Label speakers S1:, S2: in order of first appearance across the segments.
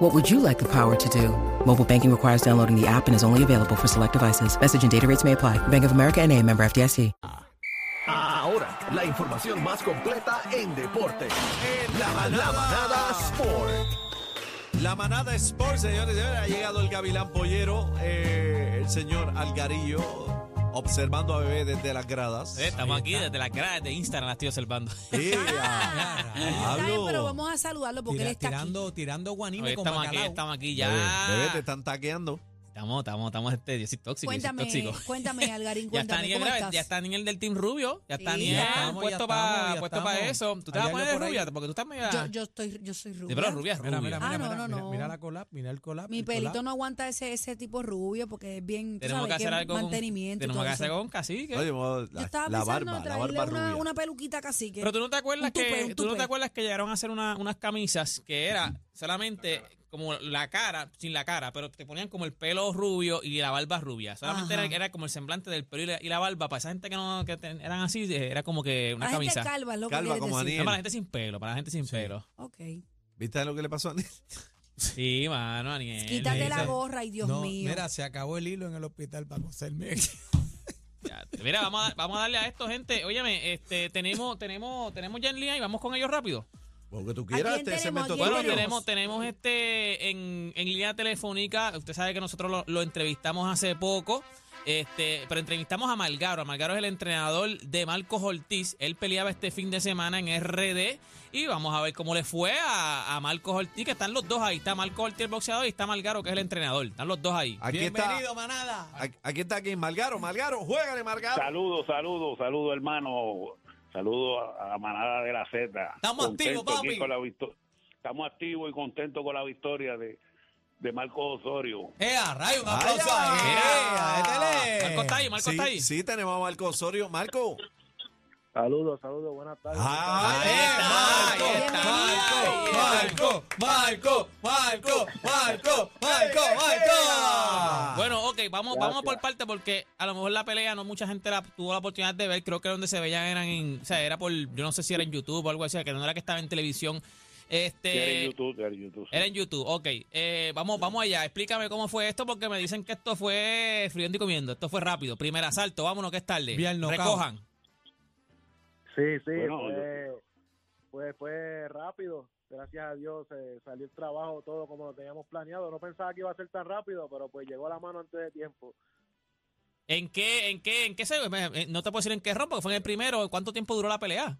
S1: What would you like the power to do? Mobile banking requires downloading the app and is only available for select devices. Message and data rates may apply. Bank of America and a member FDIC.
S2: Ahora, la información más completa en deporte. La, la manada Sport.
S3: La manada Sports, señores, y señores, ha llegado el Gavilán Pollero, eh, el señor Algarillo, observando a Bebé desde las gradas.
S4: Eh, estamos aquí desde las gradas de Instagram, la estoy observando.
S3: Sí,
S5: Ah,
S3: ah,
S5: está bien,
S3: Pablo,
S5: pero vamos a saludarlo porque
S6: Tira-
S5: él está
S6: tirando, tirando guanime
S4: Hoy
S6: con
S4: estamos aquí,
S6: bacalao.
S4: estamos aquí
S3: Bebé,
S4: ya.
S3: te están taqueando.
S4: Estamos, estamos, estamos este, yo soy
S5: aquí.
S4: tóxico, yo soy
S5: Cuéntame,
S4: tóxico.
S5: cuéntame, Algarín,
S4: Ya está
S5: cuéntame,
S4: Niel,
S5: ¿cómo
S4: mira,
S5: estás?
S4: ya está Niel del Team Rubio, ya está
S5: Sí.
S4: Niel,
S5: Ya
S6: estamos, ya
S4: puesto
S6: estamos,
S4: para
S6: ya
S4: puesto pa
S6: estamos.
S4: eso. Tú te vas a
S6: Hay algo
S4: poner de
S6: por ahí.
S4: rubia, porque tú estás medio...
S5: Yo, yo estoy, yo soy rubia.
S4: Sí, pero rubia es rubia.
S6: Mira, mira,
S5: Ah,
S6: mira,
S5: no,
S6: mira,
S5: no,
S6: mira,
S5: no.
S6: mira la collab, mira el collab.
S5: Mi
S6: el
S5: pelito
S6: collab.
S5: no aguanta ese, ese tipo rubio porque es bien, tú
S4: tenemos que
S5: sabes,
S4: hacer algo con...
S5: mantenimiento. y
S4: Tenemos que
S5: todo
S4: hacer
S5: eso.
S4: algo con cacique.
S3: Oye, mo-
S5: Yo estaba
S3: la, la
S5: pensando
S3: barba,
S5: en
S3: la
S5: traerle
S3: barba
S5: una,
S3: rubia.
S5: una peluquita cacique.
S4: Pero tú no te acuerdas
S5: Un tupé,
S4: que
S5: un
S4: tú no te
S5: tupé.
S4: acuerdas que llegaron a hacer una- unas camisas que era solamente como la cara, sin la cara, pero te ponían como el pelo rubio y la barba rubia. Solamente era,
S5: Ajá.
S4: era como el semblante del pelo y la, y la barba. Para esa gente que no que ten- eran así, eh, era como que una
S5: la
S4: camisa.
S5: gente este calva es lo
S3: Calva
S5: que quieres
S3: como
S5: decir.
S4: No, para la gente sin pelo, para la gente sin pelo.
S5: Ok.
S3: ¿Viste lo que le pasó a Niel?
S4: Sí, mano, Aniel.
S5: Quítate la
S4: Ese-
S5: gorra y Dios
S6: No,
S5: mío.
S6: Mira, se acabó el hilo en el hospital para coserme.
S4: Ya, Mira, vamos a, dar- vamos a darle a esto, gente. Óyeme, este, tenemos, tenemos, tenemos ya en línea y vamos con ellos rápido.
S3: Lo que tú quieras,
S5: quién
S3: este
S5: tenemos?
S3: cemento
S5: ¿Quién
S4: Bueno,
S3: todo.
S4: tenemos, tenemos este en, en línea telefónica. Usted sabe que nosotros lo, lo entrevistamos hace poco. Este, pero entrevistamos a Malgaro. Malgaro es el entrenador de Marcos Ortiz. Él peleaba este fin de semana en RD. Y vamos a ver cómo le fue a, a Marcos Ortiz, que están los dos ahí. Está Marcos Ortiz, el boxeador, y está Malgaro, que es el entrenador. Están los dos ahí.
S3: Aquí
S6: Bienvenido,
S3: está,
S6: manada.
S3: aquí- aquí está aquí, Malgaro, Malgaro, juégale, Malgaro.
S7: Saludos, saludos, saludos, hermano. Saludos a la manada de la Z.
S6: Estamos activos,
S7: Contento aquí
S6: papi.
S7: con la victo- Estamos activos y contentos con la victoria de, de Marco Osorio.
S6: ¡Ea, rayo! ¡Un aplauso
S3: Ay,
S6: ahí!
S3: ay.
S6: ¡Ea, étele!
S4: Marco está ahí, Marco
S3: sí,
S4: está ahí.
S3: Sí, tenemos a Marco Osorio. Marco.
S8: Saludos, saludos, buenas tardes.
S3: Ah,
S6: Ahí está,
S3: Marco,
S6: ahí está, Marco, Marco, Marco, Marco, Marco, Marco.
S4: Bueno, ok, vamos,
S8: Gracias.
S4: vamos por parte porque a lo mejor la pelea no mucha gente la tuvo la oportunidad de ver. Creo que donde se veían eran en. O sea, era por. Yo no sé si era en YouTube o algo así, que no era que estaba en televisión.
S7: Que era en
S4: Este.
S7: YouTube, que era en YouTube. sí.
S4: Era en YouTube, ok. Eh, vamos, vamos allá. Explícame cómo fue esto, porque me dicen que esto fue friendo y comiendo. Esto fue rápido. Primer asalto, vámonos, que es tarde.
S6: Bien, knockout.
S4: Recojan.
S8: Sí, sí,
S7: Bueno,
S8: fue, fue, fue rápido. Gracias a Dios eh, salió el trabajo todo como lo teníamos planeado. No pensaba que iba a ser tan rápido, pero pues llegó a la mano antes de tiempo.
S4: ¿En qué, en qué, en qué se me- eh, No te puedo decir en qué rompo, porque fue en el primero. ¿Cuánto tiempo duró la pelea?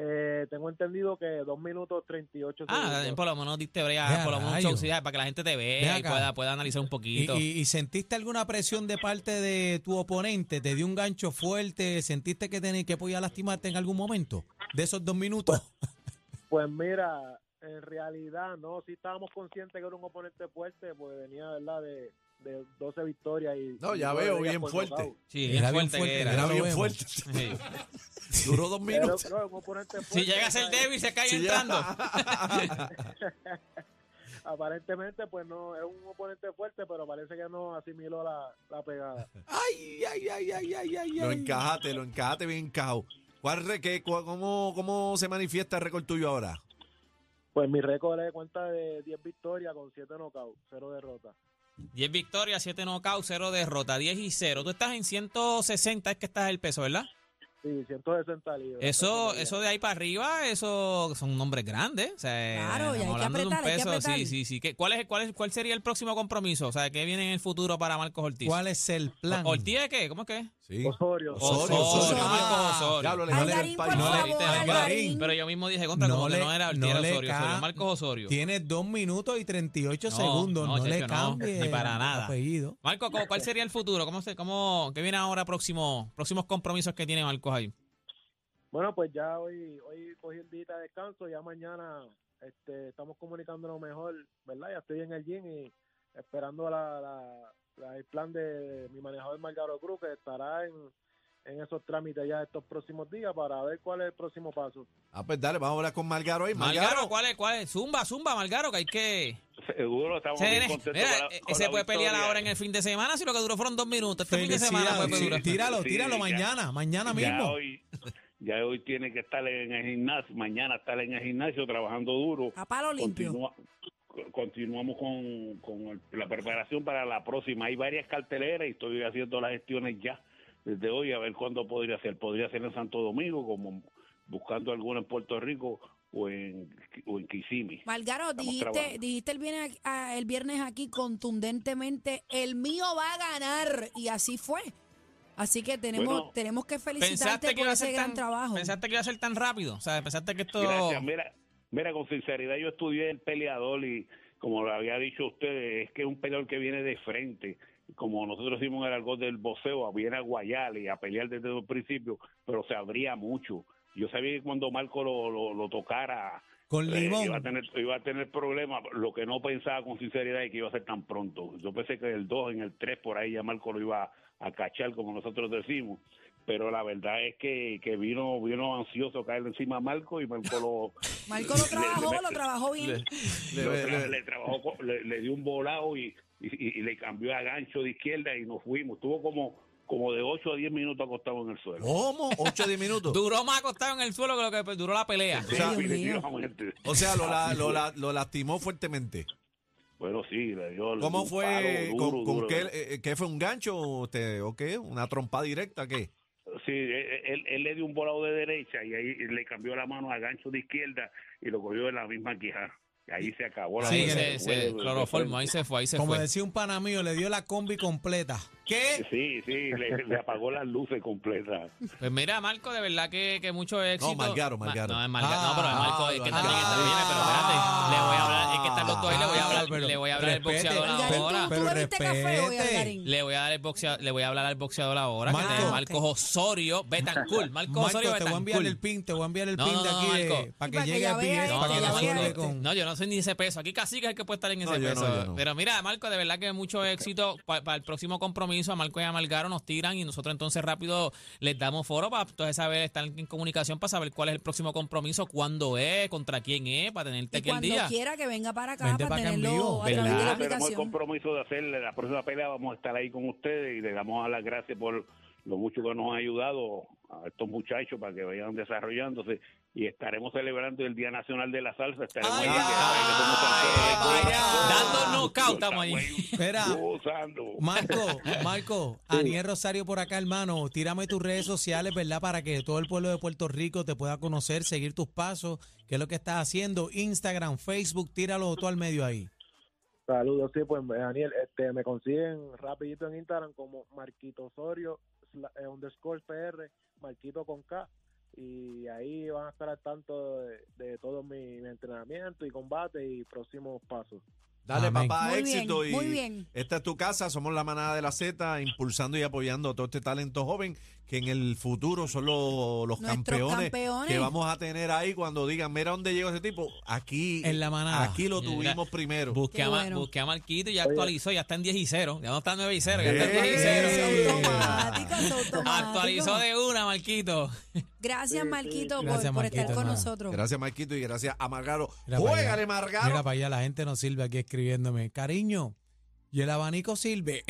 S8: Eh, tengo entendido que dos minutos 38
S4: Ah,
S8: segundos.
S4: por lo menos diste brea,
S6: Vea,
S4: por lo menos
S6: rayo.
S4: sí, para que la gente te
S6: Ve
S4: vea y
S6: acá.
S4: pueda, pueda analizar un
S6: ¿Y,
S4: poquito.
S6: y- y sentiste alguna presión de parte de tu oponente? ¿Te dio un gancho fuerte? ¿Sentiste que, tenés, que podía lastimarte en algún momento? De esos dos minutos.
S8: Pues mira, en realidad no, sí estábamos conscientes que era un oponente fuerte, pues venía, ¿verdad?, de, de 12 victorias y...
S3: No, ya
S8: y nueve
S3: veo,
S8: de ellas
S3: bien
S8: por
S3: fuerte.
S8: nocaut.
S4: Sí,
S6: Era
S4: bien
S6: bien
S4: fuerte que
S6: fuerte,
S4: era.
S3: Era
S6: Lo
S3: bien
S6: vemos.
S3: fuerte.
S4: Sí.
S3: Duró dos
S8: Pero,
S3: minutos.
S8: claro, un oponente fuerte,
S4: Si llega a ser
S8: ¿sabes?
S4: débil, se cae
S3: Sí, ya.
S4: entrando.
S8: aparentemente pues no es un oponente fuerte pero parece que no asimiló la, la pegada
S6: Ay, ay, ay, ay, ay, ay.
S3: Lo
S6: ay.
S3: encajate, lo encajate bien encajado. ¿Cuál, re- qué- cua- cómo, ¿Cómo se manifiesta el récord tuyo ahora?
S8: pues mi récord es cuenta de 10 victorias con 7 knockouts 0 derrotas
S4: 10 victorias, 7 knockouts, 0 derrotas, 10 y 0. Tú estás en 160, es que estás el peso, ¿verdad?
S8: sí 160 libras
S4: Eso eso de ahí para arriba, eso son nombres grandes. O sea,
S5: Claro, y hay
S4: estamos
S5: que
S4: hablando de un
S5: apretar, hay que
S4: peso. Sí,
S5: apretar.
S4: sí, sí. ¿Qué- ¿Cuál, es, cuál, es, ¿Cuál sería el próximo compromiso? O sea, ¿qué viene en el futuro para Marcos Ortiz?
S6: ¿Cuál es el plan?
S4: ¿Ortiz es qué? ¿Cómo es que? es?
S3: Sí.
S8: Osorio
S3: Osorio, Osorio. Ah,
S4: Marcos Osorio.
S3: Diablo, le
S5: Algarín,
S3: gané el
S5: por
S3: país.
S4: No le
S5: favor,
S4: diste la
S5: Algarín.
S4: Algarín. Pero yo mismo dije contra,
S6: No
S4: como que
S6: le-
S4: no era Ortiz,
S6: no
S4: era
S6: le
S4: Osorio,
S6: ca-
S4: Osorio, Marcos Osorio.
S6: Tienes dos minutos y 38
S4: No,
S6: segundos.
S4: no,
S6: No, le
S4: chacho, no,
S6: cambies.
S4: ni para
S6: el
S4: nada.
S6: Apellido.
S4: Marco, ¿cómo- ¿cuál sería el futuro? ¿Cómo se, cómo, ¿Qué viene ahora próximo, próximos compromisos que tiene Marcos ahí?
S8: bueno pues ya hoy hoy cogí el día de descanso ya mañana este estamos comunicándonos mejor verdad ya estoy en el gym y esperando la, la- la- el plan de mi manejador Margaro Cruz que estará en en esos trámites ya estos próximos días para ver cuál es el próximo paso.
S3: Ah, pues dale, vamos a hablar con Malgaro ahí.
S4: Malgaro, ¿cuál es? ¿Cuál es? Zumba, zumba, Malgaro, que hay que...
S7: Seguro estamos
S4: Se,
S7: bien contentos
S4: mira,
S7: con la-
S4: eh,
S7: con
S4: se
S7: la
S4: puede pelear
S7: victoria.
S4: ahora en el fin de semana si lo que duró fueron dos minutos. Este fin de semana
S6: Felicidades.
S4: puede durar.
S6: Sí, tíralo,
S7: Sí,
S6: tíralo
S7: ya.
S6: mañana, mañana
S7: ya
S6: mismo.
S7: Hoy, ya hoy tiene que estar en el gimnasio, mañana estar en el gimnasio trabajando duro.
S5: A palo limpio.
S7: Continúa- co- continuamos con, con el- la preparación para la próxima. Hay varias carteleras y estoy haciendo las gestiones ya desde hoy a ver cuándo podría ser. Podría ser en Santo Domingo, como buscando alguna en Puerto Rico o en, o en Kissimmee.
S5: Malgaro,
S7: Estamos
S5: dijiste,
S7: trabajando.
S5: dijiste el, viernes, aquí- ah, el viernes aquí contundentemente, el mío va a ganar. Y así fue. Así que tenemos,
S7: Bueno.
S5: tenemos que
S4: Pensaste
S5: felicitarte
S4: que
S5: por
S4: iba a
S5: ese
S4: ser
S5: gran
S4: tan,
S5: trabajo.
S4: Pensaste que iba a ser tan rápido. O sea, pensaste que esto.
S7: Gracias, mira, mira, con sinceridad yo estudié el peleador y como lo había dicho usted, es que es un peleador que viene de frente. Como nosotros hicimos el argot del boxeo, viene a guayar y a pelear desde el principio, pero se abría mucho. Yo sabía que cuando Marco lo, lo- lo tocara,
S6: Con
S7: eh, iba, a
S6: limón.
S7: tener, iba a tener problemas. Lo que no pensaba con sinceridad es que iba a ser tan pronto. Yo pensé que el 2, en el 3, por ahí ya Marco lo iba a cachar, como nosotros decimos. Pero la verdad es que, que vino vino ansioso caerle encima a Marco y Marco lo,
S5: Marco lo
S7: Le-
S5: trabajó,
S7: le-
S5: lo trabajó bien.
S3: Le-
S7: lo
S3: le-
S7: tra-
S3: le-
S7: le trabajó co- le, le dio un volado y, y- y le cambió a gancho de izquierda y nos fuimos. Estuvo como, como de 8 a 10 minutos acostado en el suelo.
S3: ¿Cómo? 8 10 minutos.
S4: Duró más acostado en el suelo que lo que duró la pelea.
S7: Sí,
S5: Dios mío.
S7: definitivamente.
S3: O sea, lo, la- lo la- lo lastimó fuertemente.
S7: Bueno, sí, le dio un
S3: ¿Cómo fue?
S7: palo
S3: ¿Con,
S7: duro,
S3: con
S7: duro.
S3: qué, eh, qué fue? ¿Un gancho o te- o qué? ¿Una trompa directa? ¿Qué?
S7: Sí, él, él- él le dio un volado de derecha y ahí le cambió la mano a gancho de izquierda y lo cogió en la misma quijada. Y ahí se acabó la
S4: Sí,
S7: pelea.
S4: se,
S7: Fue de-
S4: se
S7: de-
S4: cloroformo, ahí se fue, ahí se
S6: Como
S4: fue.
S6: decía un pana mío, le dio la combi completa. ¿Qué?
S7: Sí, sí, le, le apagó las luces completas.
S4: Pues mira, Marco, de verdad que, que mucho éxito.
S3: Malgaro,
S4: Ma-
S3: Malgaro.
S4: No, es Malgaro, no, pero es
S6: Ah,
S4: Marco, es que también está
S6: Malgaro.
S4: bien, pero espérate, le voy a hablar, es que están los dos ahí, le voy a hablar,
S6: Ah, pero
S4: le voy a hablar al
S6: respete,
S4: boxeador
S6: Malgaro,
S4: ahora.
S5: Algarín, ¿tú, tú
S6: Pero
S5: bebiste café hoy,
S6: respete.
S5: Algarín?
S4: Le voy a dar el boxeador, le voy a hablar al boxeador ahora,
S6: Marco.
S4: que es
S5: Ah,
S4: Marcos
S5: ok.
S4: Osorio Betancourt. Marcos
S6: Marco,
S4: Osorio
S6: te voy a enviar el
S4: Betancourt.
S6: pin, te voy a enviar el
S4: No,
S6: pin
S4: no,
S6: de
S4: no,
S6: aquí de-
S4: Marco.
S6: para
S5: Sí,
S6: que
S5: para que
S6: llegue
S5: ya
S6: el
S5: vea
S6: billete,
S5: este,
S4: No,
S6: para que
S4: no,
S5: ya
S6: la
S4: no,
S5: vea
S6: suelte
S5: este.
S6: con...
S4: no, yo no soy ni ese peso. Aquí casi que es el que puede estar en ese
S3: No, yo no,
S4: peso.
S3: yo no.
S4: Pero mira, Marco, de verdad que mucho éxito para el próximo compromiso. A Marco y a Malgaro nos tiran y nosotros entonces rápido les damos foro para entonces saber, estar en comunicación para saber cuál es el próximo compromiso, cuándo es, contra quién es, para tenerte
S5: Y
S4: aquí el
S5: cuando
S4: día.
S5: quiera que venga para acá
S6: Vente
S5: para
S6: para acá en
S5: tenerlo
S6: vivo.
S5: a través de la
S7: Ah, tenemos el
S5: aplicación.
S7: compromiso de hacerle la próxima pelea, vamos a estar ahí con ustedes y le damos a las gracias por lo mucho que nos han ayudado a estos muchachos para que vayan desarrollándose y estaremos celebrando el Día Nacional de la Salsa, estaremos
S6: Ay,
S7: ahí,
S6: ay,
S7: que
S6: ay,
S4: dando knockout, estamos ahí.
S6: Espera.
S7: gozando.
S6: Marco, Marco, Aniel Rosario por acá, hermano. Tírame tus redes sociales, ¿verdad? Para que todo el pueblo de Puerto Rico te pueda conocer, seguir tus pasos, qué es lo que estás haciendo. Instagram, Facebook, tíralo tú al medio ahí.
S8: Saludos, sí, pues Daniel, este, me consiguen rapidito en Instagram como Marquito Osorio sla- eh, underscore PR, Marquito con K, y ahí van a estar al tanto de, de todo mi, mi entrenamiento y combate y próximos pasos.
S3: Dale,
S6: Amén.
S3: papá,
S5: Muy bien,
S3: éxito. y
S5: muy bien.
S3: Esta es tu casa, somos la manada de la Z, impulsando y apoyando a todo este talento joven que en el futuro son lo- los
S5: Nuestros
S3: campeones,
S5: campeones.
S3: que vamos a tener ahí cuando digan, mira dónde llegó ese tipo. Aquí,
S6: En la manada.
S3: aquí lo
S4: Mira.
S3: tuvimos primero.
S4: Busqué, a,
S5: Qué
S4: Ma-
S5: bueno.
S4: busqué a Marquito y ya actualizó, ya está en 10 y 0. Ya no está en 9 y 0, ya está en
S3: ¡Eh!
S4: 10 y
S5: Es
S4: 0.
S5: automático, es
S6: Ah,
S5: automático.
S4: Actualizó de una, Marquito.
S5: Gracias, Marquito, por,
S6: Gracias,
S5: por
S6: Marquito,
S5: estar con
S6: hermano.
S5: nosotros.
S3: Gracias, Marquito, y gracias a Margaro.
S6: Mira para allá.
S3: Juégale, Margaro.
S6: Mira para allá, la gente no sirve aquí escribiéndome. Cariño, y el abanico sirve.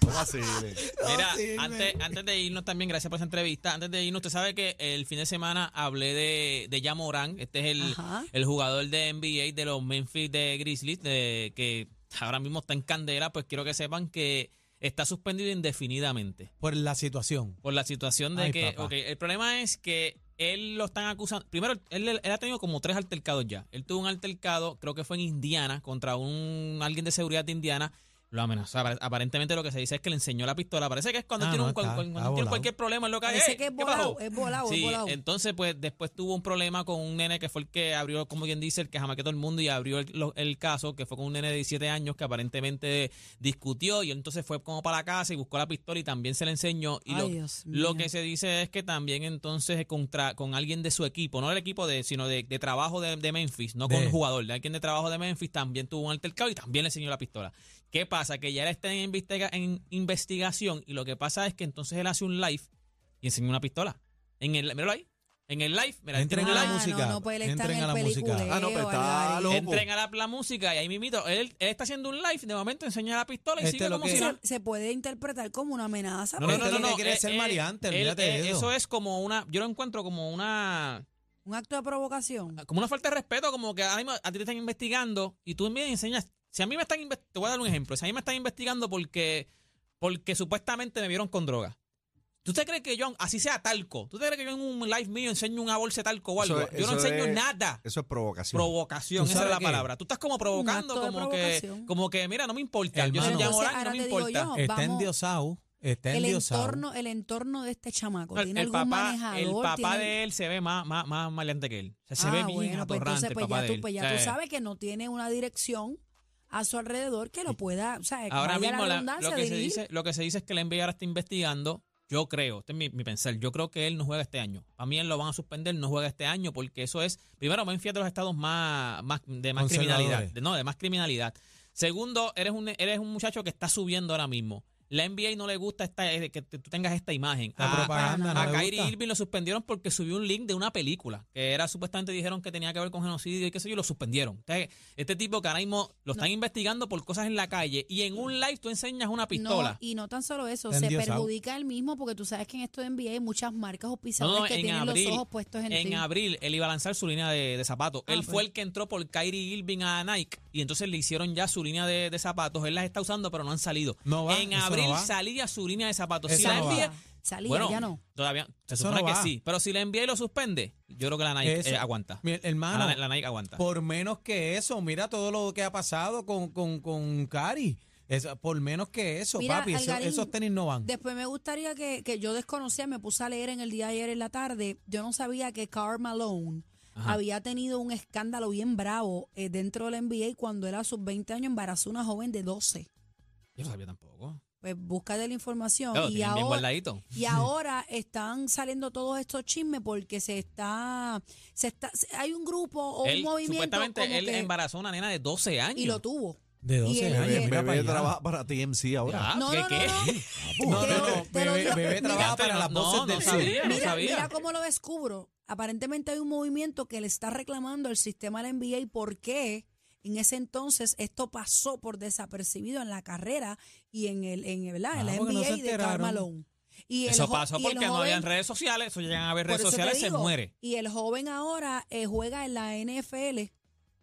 S3: ¿Cómo así, Lele?
S4: Mira,
S6: Ah, sí, me-
S4: antes, antes de irnos también, gracias por esa entrevista. Antes de irnos, usted sabe que el fin de semana hablé de, de Ja Morant. Este es el,
S5: Ajá.
S4: el jugador de NBA de los Memphis de Grizzlies, de, que ahora mismo está en candela. Pues quiero que sepan que está suspendido indefinidamente
S6: Por la situación.
S4: por la situación de
S6: Ay,
S4: que.
S6: papá.
S4: ok, el problema es que él lo están acusando. Primero, él, él ha tenido como tres altercados ya. Él tuvo un altercado, creo que fue en Indiana, contra un alguien de seguridad de Indiana. Lo amenazó. Apar- Aparentemente lo que se dice es que le enseñó la pistola. Parece que es cuando
S6: Ah,
S4: tiene,
S6: no,
S4: un- cuando-
S6: está-
S4: cuando
S6: está
S4: tiene
S6: volado.
S4: cualquier problema es lo que
S5: Parece
S4: "Ey,
S5: que es
S4: ¿qué
S5: volado,
S4: pasó?".
S5: es volado, es
S4: Sí,
S5: volado.
S4: entonces pues después tuvo un problema con un nene que fue el que abrió, como quien dice, el que jamaqueó todo el mundo y abrió el, lo- el caso, que fue con un nene de 17 años que aparentemente discutió y él entonces fue como para la casa y buscó la pistola y también se le enseñó. Y
S5: Ay,
S4: lo,
S5: Dios
S4: lo
S5: mío.
S4: que se dice es que también entonces contra, con alguien de su equipo, no el equipo de, sino de, de trabajo de, de Memphis, no con
S6: De-
S4: jugador, de alguien de trabajo de Memphis también tuvo un altercado y también le enseñó la pistola. ¿Qué pasa? Que ya él está en, investiga- en investigación y lo que pasa es que entonces él hace un live y enseña una pistola. En el, míralo ahí. En el live, mira, él
S6: Entren
S4: tiene un
S6: a la
S4: live.
S6: música.
S5: No, no, pues él está
S6: Entren
S5: en
S6: a
S5: el
S6: la música.
S5: peliculeo,
S3: Ah, no, pero está
S5: Alvarito.
S3: loco.
S4: Entren a la, la música y ahí mimito, él, él está haciendo un live, de momento enseña la pistola y
S6: Este
S4: sigue
S6: lo
S4: como
S6: que-
S4: si
S5: se,
S4: no-
S5: se puede interpretar como una amenaza.
S6: No,
S5: porque
S6: no, no,
S5: él-
S6: no, no. quiere ser maleante, olvídate de eso.
S4: eh, Eso es como una, yo lo encuentro como una,
S5: Un acto de provocación.
S4: como una falta de respeto, como que ahora mismo a ti te están investigando y tú me enseñas. Si a mí me están inves- te voy a dar un ejemplo. Si a mí me están investigando porque, porque supuestamente me vieron con droga. ¿Tú te crees que yo, así sea talco, tú te crees que yo en un live mío enseño una bolsa de talco o algo?
S3: Eso es-
S4: yo no
S3: eso
S4: enseño
S3: es-
S4: nada.
S3: Eso es provocación.
S4: Provocación, esa
S6: ¿Tú
S4: es
S6: sabes
S4: la
S6: qué?
S4: palabra. Tú estás como provocando,
S5: acto de
S4: como que,
S5: provocación.
S4: como que, mira, no me importa. Yo soy
S6: Hermano.
S4: ya
S6: Entonces,
S4: Morán y no
S5: ahora
S4: me
S5: te digo
S4: importa.
S5: yo,
S6: Está
S5: vamos-
S6: endiosado. Está
S5: El
S6: endiosado.
S5: entorno, el entorno de este chamaco.
S4: No,
S5: ¿Tiene
S4: el
S5: algún
S4: papá,
S5: manejador?
S4: el papá
S5: ¿Tiene-
S4: de él se ve más, más, más maleante que él. O sea, se
S5: Ah,
S4: ve bien
S5: bueno, pues
S4: atorrante
S5: entonces
S4: el
S5: pues
S4: papá
S5: ya,
S4: de
S5: tú,
S4: él.
S5: pues ya
S4: O sea,
S5: tú sabes que no tiene una dirección a su alrededor que lo pueda, o sea,
S4: Ahora
S5: vaya
S4: mismo
S5: la
S4: la-
S5: redundancia
S4: lo, que se
S5: dirigir.
S4: dice, lo que se dice es que la NBA ahora está investigando. Yo creo, este es mi, mi pensar, yo creo que él no juega este año. Para mí él lo van a suspender, no juega este año, porque eso es, primero, Memphis es de los estados más, más de más
S6: Conservadores.
S4: criminalidad. De- no, de más criminalidad. Segundo, eres un, eres un muchacho que está subiendo ahora mismo. La NBA no le gusta esta, eh, que tú tengas esta imagen. Ah,
S6: La
S4: A-
S6: propaganda Ah, no
S4: a
S6: le
S4: Kyrie
S6: gusta.
S4: Irving lo suspendieron porque subió un link de una película que era supuestamente dijeron que tenía que ver con genocidio y qué sé yo, y lo suspendieron. Entonces, este tipo que ahora mismo lo están investigando por cosas en la calle y en un live tú enseñas una
S5: No,
S4: pistola.
S5: y no tan solo eso,
S6: Está
S5: se
S6: endiosado.
S5: perjudica el mismo porque tú sabes que en esto de NBA hay muchas marcas
S4: No,
S5: auspiciadoras
S4: no,
S5: que
S4: en
S5: tienen
S4: abril,
S5: los ojos puestos en,
S4: en
S5: ti.
S4: abril él iba a lanzar su línea de, de zapatos.
S5: Ah,
S4: él fue
S5: pues.
S4: el que entró por Kyrie Irving a Nike y entonces le hicieron ya su línea de, de zapatos. Él las está usando, pero no han salido.
S6: No va,
S4: en
S6: eso no
S4: abril
S6: va.
S4: salía su línea de zapatos. Si
S6: Eso
S4: la
S6: no va.
S4: NBA
S5: Salía, salía,
S4: bueno,
S5: ya no.
S4: todavía se
S6: Eso
S4: supone
S6: no
S4: que
S6: va.
S4: sí, pero si la NBA y lo suspende, yo creo que la Nike
S6: Eso-
S4: eh, aguanta.
S6: Mi hermano,
S4: la, la Nike aguanta.
S6: Por menos que eso, mira todo lo que ha pasado con, con, con Cari. Eso, por menos que eso,
S5: Mira,
S6: papi. eso-
S5: Algarín,
S6: esos tenis no van.
S5: Después me gustaría que, que yo desconocía, me puse a leer en el día de ayer en la tarde, yo no sabía que Karl Malone había tenido un escándalo bien bravo eh, dentro del NBA cuando él a sus 20 años embarazó a una joven de 12.
S4: Yo no sabía tampoco.
S5: Pues busca de la información
S4: Claro,
S5: y,
S4: tienen bien
S5: ahora,
S4: guardadito.
S5: y ahora están saliendo todos estos chismes porque se está, se está se- hay un grupo o
S4: Él,
S5: un movimiento como
S4: supuestamente él
S5: que-
S4: embarazó a una nena de 12 años.
S5: y lo tuvo.
S6: De 12
S5: el-
S6: años.
S5: y el-
S6: mira para
S3: Bebé
S6: allá.
S3: trabaja para TMC ahora.
S4: Ah,
S5: No,
S4: ¿qué,
S5: no, no,
S4: qué?
S5: no.
S6: No,
S5: Te
S6: no,
S5: lo-
S6: no.
S5: te lo
S6: Bebé,
S5: dio-
S6: bebé
S5: Mira,
S6: trabaja para las
S4: no,
S6: voces
S4: no
S6: del sur.
S4: sabía.
S5: Mira,
S4: sabía.
S5: mira cómo lo descubro. Aparentemente hay un movimiento que le está reclamando al sistema de la NBA y por qué en ese entonces esto pasó por desapercibido en la carrera y en el en, ¿verdad? en
S6: Ah,
S5: la
S6: porque no
S5: NBA
S6: se
S5: de Karl
S6: enteraron.
S5: Malone. Y el
S4: Eso
S5: jo-
S4: pasó
S5: y el
S4: porque no habían
S5: joven-
S4: redes sociales. Eso llegan a ver
S5: por
S4: redes
S5: eso te
S4: sociales, se
S5: digo,
S4: muere.
S5: Y el joven ahora eh, juega en la NFL.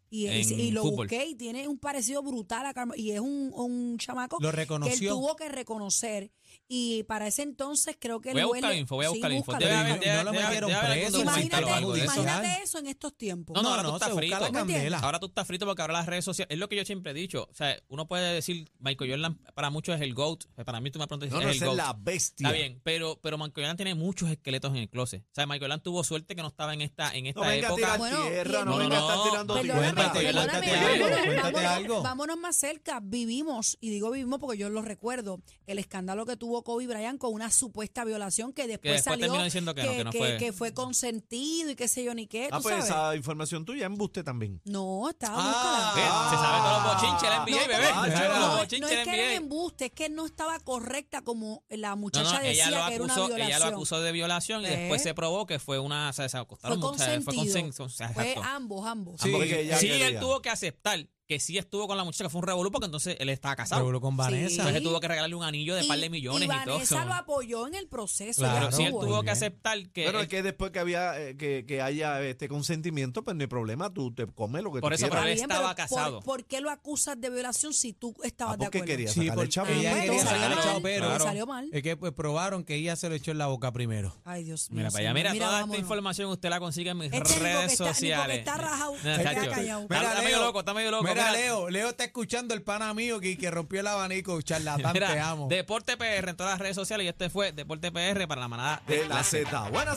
S5: Y, él-
S4: En
S5: y lo
S4: fútbol.
S5: busqué y tiene un parecido brutal a Karl Malone. Y es un, un chamaco que
S6: Lo
S5: él
S6: reconoció.
S5: tuvo que reconocer. Y para ese entonces creo que
S4: Voy a
S5: el
S4: buscar
S5: UL
S4: info, voy a
S5: sí,
S4: buscar info.
S5: búscalo.
S4: Debe haber-
S6: Y no- y no lo
S4: debe haber-
S6: metieron
S4: debe haber
S6: preso,
S4: algún documental o algo
S5: Imagínate,
S4: de eso.
S5: imagínate eso en estos tiempos.
S4: No, no,
S6: No,
S4: ahora
S6: no,
S4: tú
S6: se
S4: estás
S6: busca la
S4: frito.
S6: candela.
S4: Ahora tú estás frito porque ahora las redes sociales. Es lo que yo siempre he dicho. O sea, uno puede decir, Michael Jordan para muchos es el GOAT. Para mí tú me preguntas
S2: No,
S4: es
S2: no,
S4: el
S2: esa es
S4: GOAT.
S2: la bestia.
S4: Está bien, pero, pero Michael Jordan tiene muchos esqueletos en el closet. O sea, Michael Jordan tuvo suerte que no estaba en esta, en esta
S2: No venga a
S4: época.
S2: tirar
S5: Bueno,
S2: tierra,
S4: no,
S2: no venga a
S4: no,
S2: estar tirando
S5: Perdóname,
S2: tierra.
S6: Cuéntate,
S5: perdóname,
S6: cuéntate
S5: perdóname,
S6: algo,
S5: vámonos-
S6: cuéntate algo.
S5: Vámonos más cerca. Vivimos, y digo vivimos porque yo lo recuerdo, el escándalo que tuvo Kobe Bryant con una supuesta violación que después,
S4: después
S5: salió
S4: terminó diciendo que no, que no fue.
S5: que fue consentido y qué sé yo ni qué.
S2: Ah,
S5: ¿tú
S2: pues
S5: sabes?
S2: esa información tuya embuste también.
S5: No, estaba
S4: Ah. Ve,
S5: buscando.
S4: Se sabe todos los bochinches de la NBA,
S5: Ah. No,
S4: bebé.
S5: porque-
S4: Se sabe todos los
S5: no, no es
S4: bochinches de la
S5: que era
S4: NBA.
S5: un embuste, es que no estaba correcta como la
S4: No,
S5: muchacha
S4: no,
S5: decía
S4: ella lo,
S5: que era una
S4: acusó,
S5: violación.
S4: ella lo acusó de violación y
S5: Ve.
S4: después se probó que fue una. O sea, se
S5: fue
S4: acostaron mucho, o sea,
S5: consentido.
S4: Fue consenso. o sea,
S5: Fue
S4: exacto.
S5: ambos, ambos.
S6: Sí,
S2: Porque ella
S4: sí,
S2: quería.
S4: él tuvo que aceptar que sí estuvo con la muchacha, que fue un revolú, porque entonces él estaba casado.
S6: Revolú con Vanessa.
S4: Entonces tuvo que regalarle un anillo de par de millones y, todo.
S5: Vanessa lo apoyó en el proceso.
S6: Claro,
S5: ya
S4: Pero sí, él
S5: estuvo.
S6: Muy
S4: tuvo que
S6: bien.
S4: aceptar que.
S2: Pero
S4: él-
S2: es que después que había eh, que, que haya este consentimiento, pues no hay problema, tú te comes lo que
S4: Por
S2: tú
S4: eso,
S2: quieras.
S4: pero él
S5: Bien,
S4: estaba
S5: pero
S4: casado.
S5: ¿por, por qué lo acusas de violación si tú estabas
S2: Ah,
S5: de
S2: porque
S5: acuerdo?
S2: quería
S6: Sí,
S2: sacarle
S6: porque
S2: el chavo.
S5: Ah,
S6: ella
S5: bueno,
S6: quería
S5: salió
S6: sacarle
S5: mal,
S6: chavo, pero
S5: le salió mal.
S6: es que pues, probaron que ella se lo echó en la boca primero.
S5: Ay, Dios mío.
S4: Mira, para allá,
S5: señor.
S4: mira, toda
S5: vámonos.
S4: esta información usted la consigue en mis
S5: Este Nico que
S4: redes
S5: está- Nico que
S4: sociales.
S5: está rajado,
S4: No,
S5: se queda
S4: chacho.
S5: callado.
S4: Está, está medio loco, está medio loco.
S6: Mira, Leo, Leo está escuchando el pana mío que, que rompió el abanico, charlatán,
S4: mira,
S6: te amo.
S4: Deporte PR en todas las redes sociales y este fue Deporte PR para la manada
S2: De la Z. Buenas